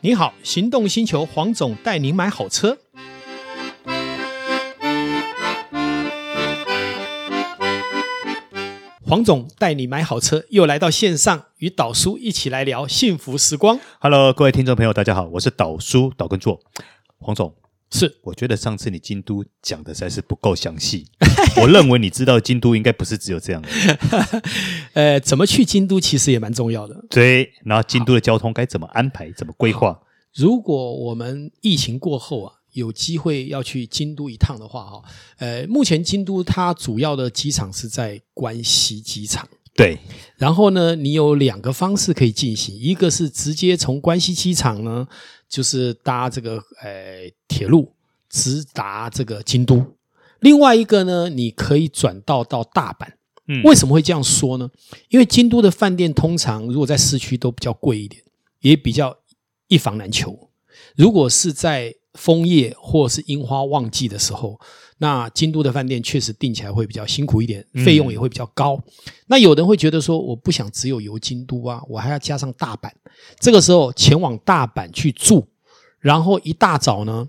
你好，行动星球黄总带您买好车。黄总带你买好车，又来到线上与导叔一起来聊幸福时光。 Hello，各位听众朋友，大家好，我是导叔导根座黄总。是我觉得上次你京都讲的实在是不够详细， 我认为你知道京都应该不是只有这样的，呃，怎么去京都其实也蛮重要的。对。然后京都的交通该怎么安排，怎么规划？如果我们疫情过后啊，有机会要去京都一趟的话、哈，呃，目前京都它主要的机场是在关西机场。对，然后呢，你有两个方式可以进行，一个是直接从关西机场呢，就是搭这个呃铁路直达这个京都；另外一个呢，你可以转道到大阪。嗯为什么会这样说呢？因为京都的饭店通常如果在市区都比较贵一点，也比较一房难求。如果是在枫叶或是樱花旺季的时候，那京都的饭店确实订起来会比较辛苦一点，费用也会比较高。那有人会觉得说，我不想只有游京都啊，我还要加上大阪。这个时候前往大阪去住，然后一大早呢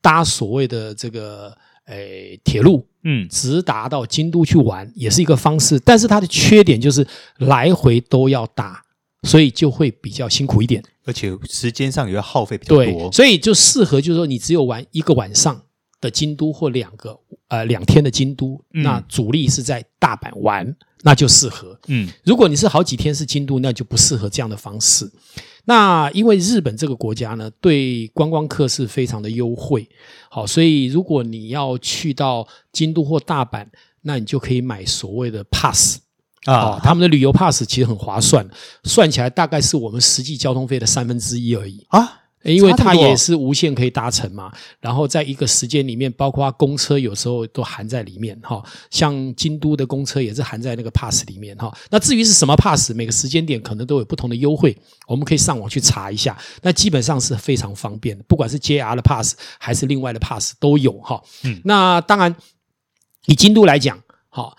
搭所谓的这个诶、铁路，嗯，直达到京都去玩，也是一个方式。但是它的缺点就是来回都要打，所以就会比较辛苦一点。而且时间上也要耗费比较对多，。所以就适合就是说你只有玩一个晚上的京都或两个呃两天的京都，嗯那主力是在大阪玩，那就适合。嗯，如果你是好几天是京都，那就不适合这样的方式。那因为日本这个国家呢，对观光客是非常的优惠，好，所以如果你要去到京都或大阪，那你就可以买所谓的 pass 啊、啊，他们的旅游 pass 其实很划算，算起来大概是我们实际交通费的三分之一而已。啊，因为差这么它多也是无限可以搭乘嘛，然后在一个时间里面，包括公车有时候都含在里面哈、像京都的公车也是含在那个 pass 里面哈、那至于是什么 pass，每个时间点可能都有不同的优惠，我们可以上网去查一下。那基本上是非常方便的，不管是 JR 的 pass 还是另外的 pass 都有哈、嗯那当然，以京都来讲，好、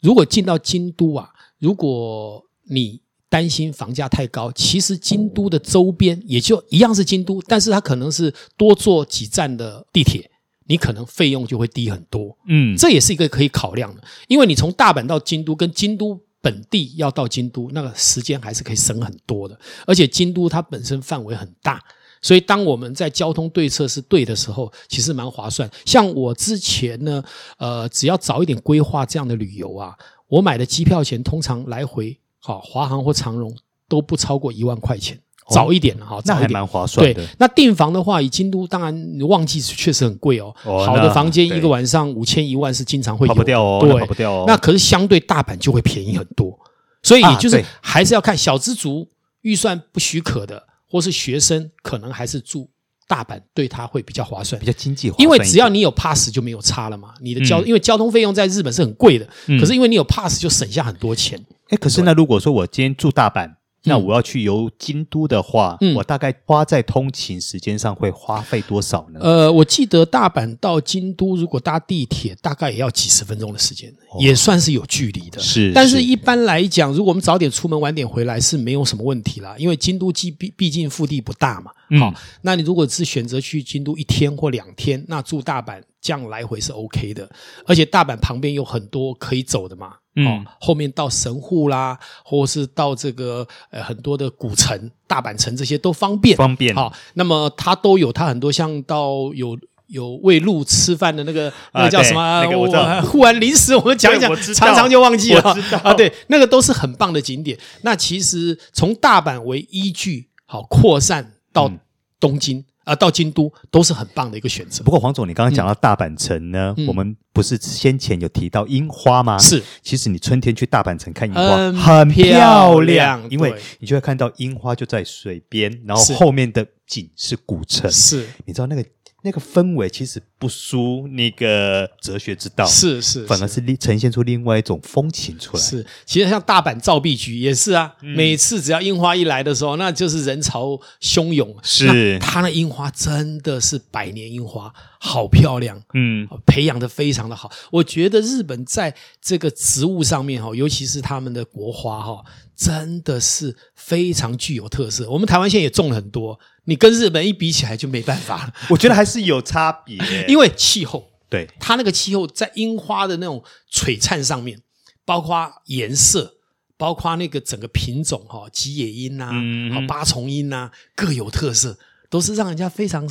如果进到京都啊，如果你担心房价太高，其实京都的周边也就一样是京都，但是它可能是多坐几站的地铁，你可能费用就会低很多，嗯，这也是一个可以考量的。因为你从大阪到京都，跟京都本地要到京都，那个时间还是可以省很多的。而且京都它本身范围很大，所以当我们在交通对策是对的时候，其实蛮划算。像我之前呢，呃，只要早一点规划这样的旅游啊，我买的机票钱通常来回，好、华航或长荣都不超过一万块钱。早一点了哈，那早一还点蛮划算对的。，那订房的话，以京都当然旺季确实很贵哦。哦好的那房间一个对晚上五千一万是经常会有跑不掉哦，那对跑不，掉哦。那可是相对大阪就会便宜很多，所以啊就是对还是要看小资族预算不许可的，或是学生，可能还是住大阪对他会比较划算比。较经济划算一因点，为只要你有 pass 就没有差了嘛，你的交、嗯因为交通费用在日本是很贵的，嗯可是因为你有 pass 就省下很多钱。哎，可是那如果说我今天住大阪，那我要去游京都的话，嗯我大概花在通勤时间上会花费多少呢？呃，我记得大阪到京都，如果搭地铁，大概也要几十分钟的时间，也算是有距离的。是但是是一般来讲，如果我们早点出门，晚点回来是没有什么问题啦，因为京都既毕毕竟腹地不大嘛。嗯好，那你如果是选择去京都一天或两天，那住大阪这样来回是 OK 的，而且大阪旁边有很多可以走的嘛。嗯哦，后面到神户啦，或是到这个呃很多的古城、大阪城这些都方便。方便嗯好、那么它都有，它很多像到有有喂鹿吃饭的那个，那个啊叫什么？对那个我知道 忽然临时我们讲一讲对我，知道常常就忘记了我知道啊。对，那个都是很棒的景点。那其实从大阪为依据，好扩散到嗯东京啊、到京都都是很棒的一个选择。不过黄总，你刚刚嗯讲到大阪城呢，我们不是先前有提到樱花吗？是，其实你春天去大阪城看樱花嗯很漂漂亮因为对你就会看到樱花就在水边，然后是后面的景是古城，是你知道那个那个氛围其实不输那个哲学之道，是是，反而是另呈现出另外一种风情出来。嗯是，其实像大阪造币局也是啊，每次只要樱花一来的时候，那就是人潮汹涌。是那它那樱花真的是百年樱花，好漂亮。嗯，培养的非常的好，我觉得日本在这个植物上面哈，尤其是他们的国花哈，真的是非常具有特色。我们台湾现在也种了很多，你跟日本一比起来就没办 法了，我觉得还是有差别，因为为气候，对它那个气候在樱花的那种璀璨上面，包括颜色，包括那个整个品种哈、哦，吉野樱呐、嗯啊、八重樱呐、各有特色，都是让人家非常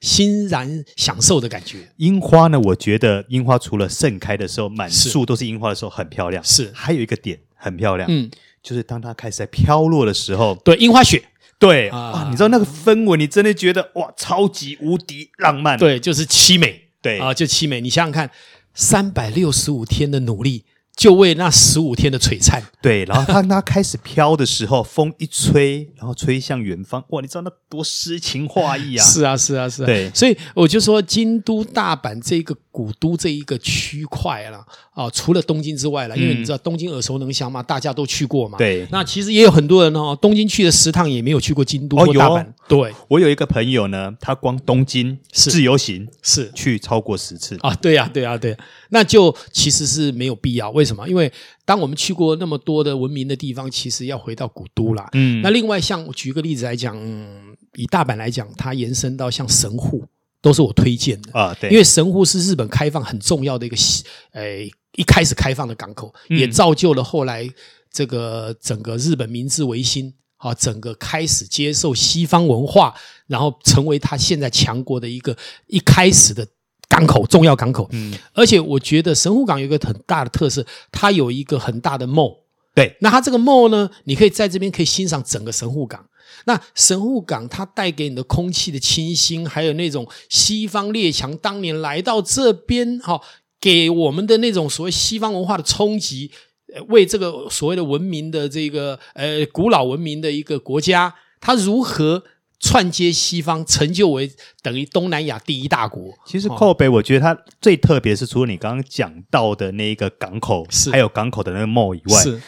欣然享受的感觉。樱花呢，我觉得樱花除了盛开的时候满是树都是樱花的时候很漂亮，是还有一个点很漂亮，嗯，就是当它开始在飘落的时候，对，樱花雪，对啊啊，哇你知道那个氛围，你真的觉得哇，超级无敌浪漫，对，就是凄美，对啊、就凄美。你想想看，三百六十五天的努力，就为那十五天的璀璨，对，然后当它开始飘的时候，风一吹，然后吹向远方，哇，你知道那多诗情画意啊！是啊，是啊，是啊。对所以我就说，京都、大阪这个古都这一个区块啦，啊、除了东京之外啦，因为你知道东京耳熟能详嘛，大家都去过嘛。嗯对那其实也有很多人哦，东京去了十趟也没有去过京都哦或大有阪。对，我有一个朋友呢，他光东京是自由行是去超过十次，啊，对呀、对呀、对、那就其实是没有必要。为什么？因为当我们去过那么多的文明的地方，其实要回到古都啦。嗯那另外像我举个例子来讲，嗯以大阪来讲，它延伸到像神户，都是我推荐的。啊，对，因为神户是日本开放很重要的一个西，诶、一开始开放的港口，嗯也造就了后来这个整个日本明治维新啊，整个开始接受西方文化，然后成为它现在强国的一个一开始的港口，重要港口。嗯，而且我觉得神户港有一个很大的特色，它有一个很大的 mall。对，那它这个 mall 呢，你可以在这边可以欣赏整个神户港。那神户港它带给你的空气的清新，还有那种西方列强当年来到这边哈、给我们的那种所谓西方文化的冲击，呃为这个所谓的文明的这个呃古老文明的一个国家，它如何串接西方，成就为等于东南亚第一大国？其实扣北，我觉得它最特别是除了你刚刚讲到的那一个港口，是还有港口的那个 mall 以外，是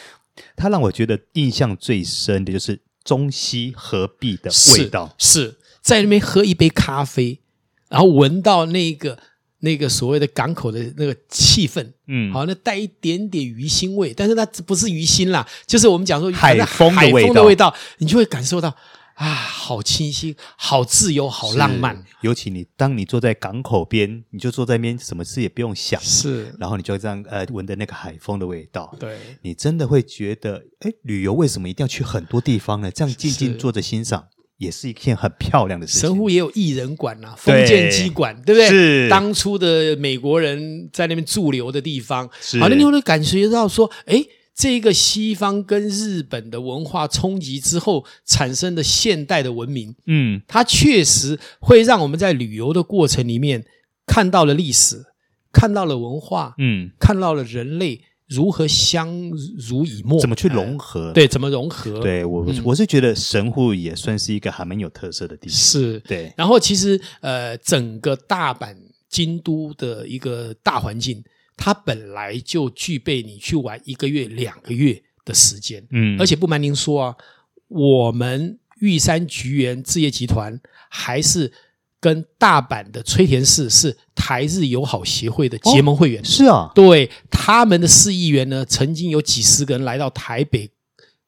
它让我觉得印象最深的就是中西合璧的是味道。是在那边喝一杯咖啡，然后闻到那个那个所谓的港口的那个气氛，嗯，好，那带一点点鱼腥味，但是它不是鱼腥啦，就是我们讲说反海正风的海味风道的味道，你就会感受到啊，好清新，好自由，好浪漫，是。尤其你当你坐在港口边，你就坐在那边，什么事也不用想，是然后你就这样呃闻着那个海风的味道。对，你真的会觉得，哎，旅游为什么一定要去很多地方呢？这样静静是坐着欣赏，也是一件很漂亮的事情。神户也有艺人馆呐、封对建机馆，对不对？是当初的美国人在那边驻留的地方，是好，那你会感觉到说，哎，这个西方跟日本的文化冲击之后产生的现代的文明，嗯，它确实会让我们在旅游的过程里面看到了历史，看到了文化，嗯，看到了人类如何相濡以沫，怎么去哎融合？对，嗯怎么融合？，对我、我是觉得神户也算是一个还蛮有特色的地方。是。对，然后其实呃，整个大阪、京都的一个大环境，它本来就具备你去玩一个月、两个月的时间。嗯而且不瞒您说啊，我们玉山菊园置业集团还是跟大阪的吹田市是台日友好协会的结盟会员。是啊，对他们的市议员呢，曾经有几十个人来到台北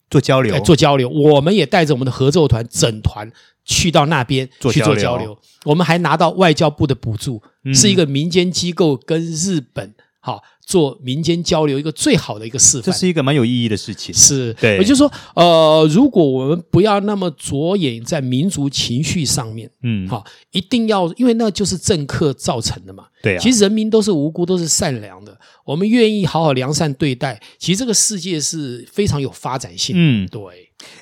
做交流来，哎做交流。我们也带着我们的合奏团整团去到那边做去交做流交流，我们还拿到外交部的补助，嗯是一个民间机构跟日本好、做民间交流一个最好的一个示这范。是一个蛮有意义的事情。是，对我就说，呃，如果我们不要那么着眼在民族情绪上面，嗯，好、一定要，因为那就是政客造成的嘛。对啊，其实实人民都是无辜，都是善良的。我们愿意好好良善对待，其实这个世界是非常有发展性的。嗯，对，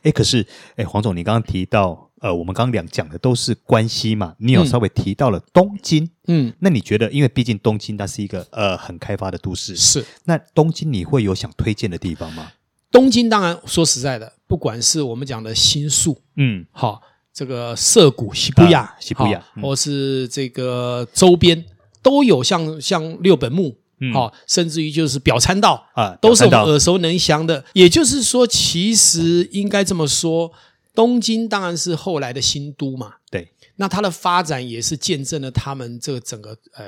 哎，可是哎，黄总，你刚刚提到，呃，我们刚刚两讲的都是关西嘛，你有嗯稍微提到了东京，嗯，那你觉得，因为毕竟东京它是一个呃很开发的都市，是。那东京你会有想推荐的地方吗？东京当然说实在的，不管是我们讲的新宿，嗯，好、这个涩谷、西布亚啊、西部亚好嗯或是这个周边都有像像六本木，好、嗯甚至于就是表参道啊都是我呃们表参道耳熟能详的。也就是说，其实应该这么说，东京当然是后来的新都嘛，对，那它的发展也是见证了他们这个整个呃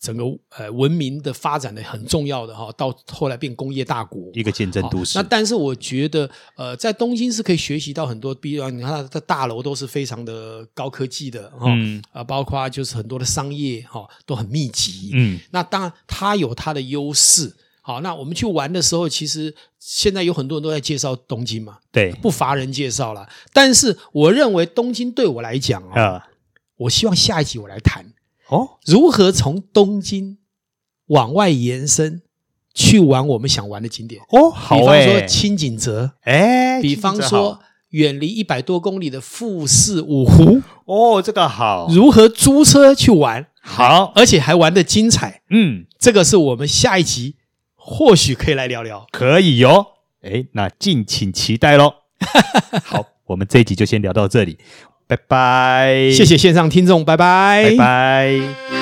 整个呃文明的发展的很重要的哈，到后来变工业大国。一个见证都市哦那。但是我觉得，呃，在东京是可以学习到很多，比如你看它的大楼都是非常的高科技的哈，啊、嗯包括就是很多的商业哈、都很密集。嗯，那当然它有它的优势。好，那我们去玩的时候，其实现在有很多人都在介绍东京嘛，对，不乏人介绍了。但是我认为东京对我来讲哦，呃，我希望下一集我来谈哦，如何从东京往外延伸去玩我们想玩的景点。哦，好比方哎、说清景泽，哎，比方这个说远离一百多公里的富士五湖，好哦，这个好，如何租车去玩，好，而且还玩的精彩。嗯，这个是我们下一集或许可以来聊聊。可以哟、哦。哎，那敬请期 待喽。好，我们这一集就先聊到这里，拜拜，谢，谢线上听众，拜拜，哎拜拜。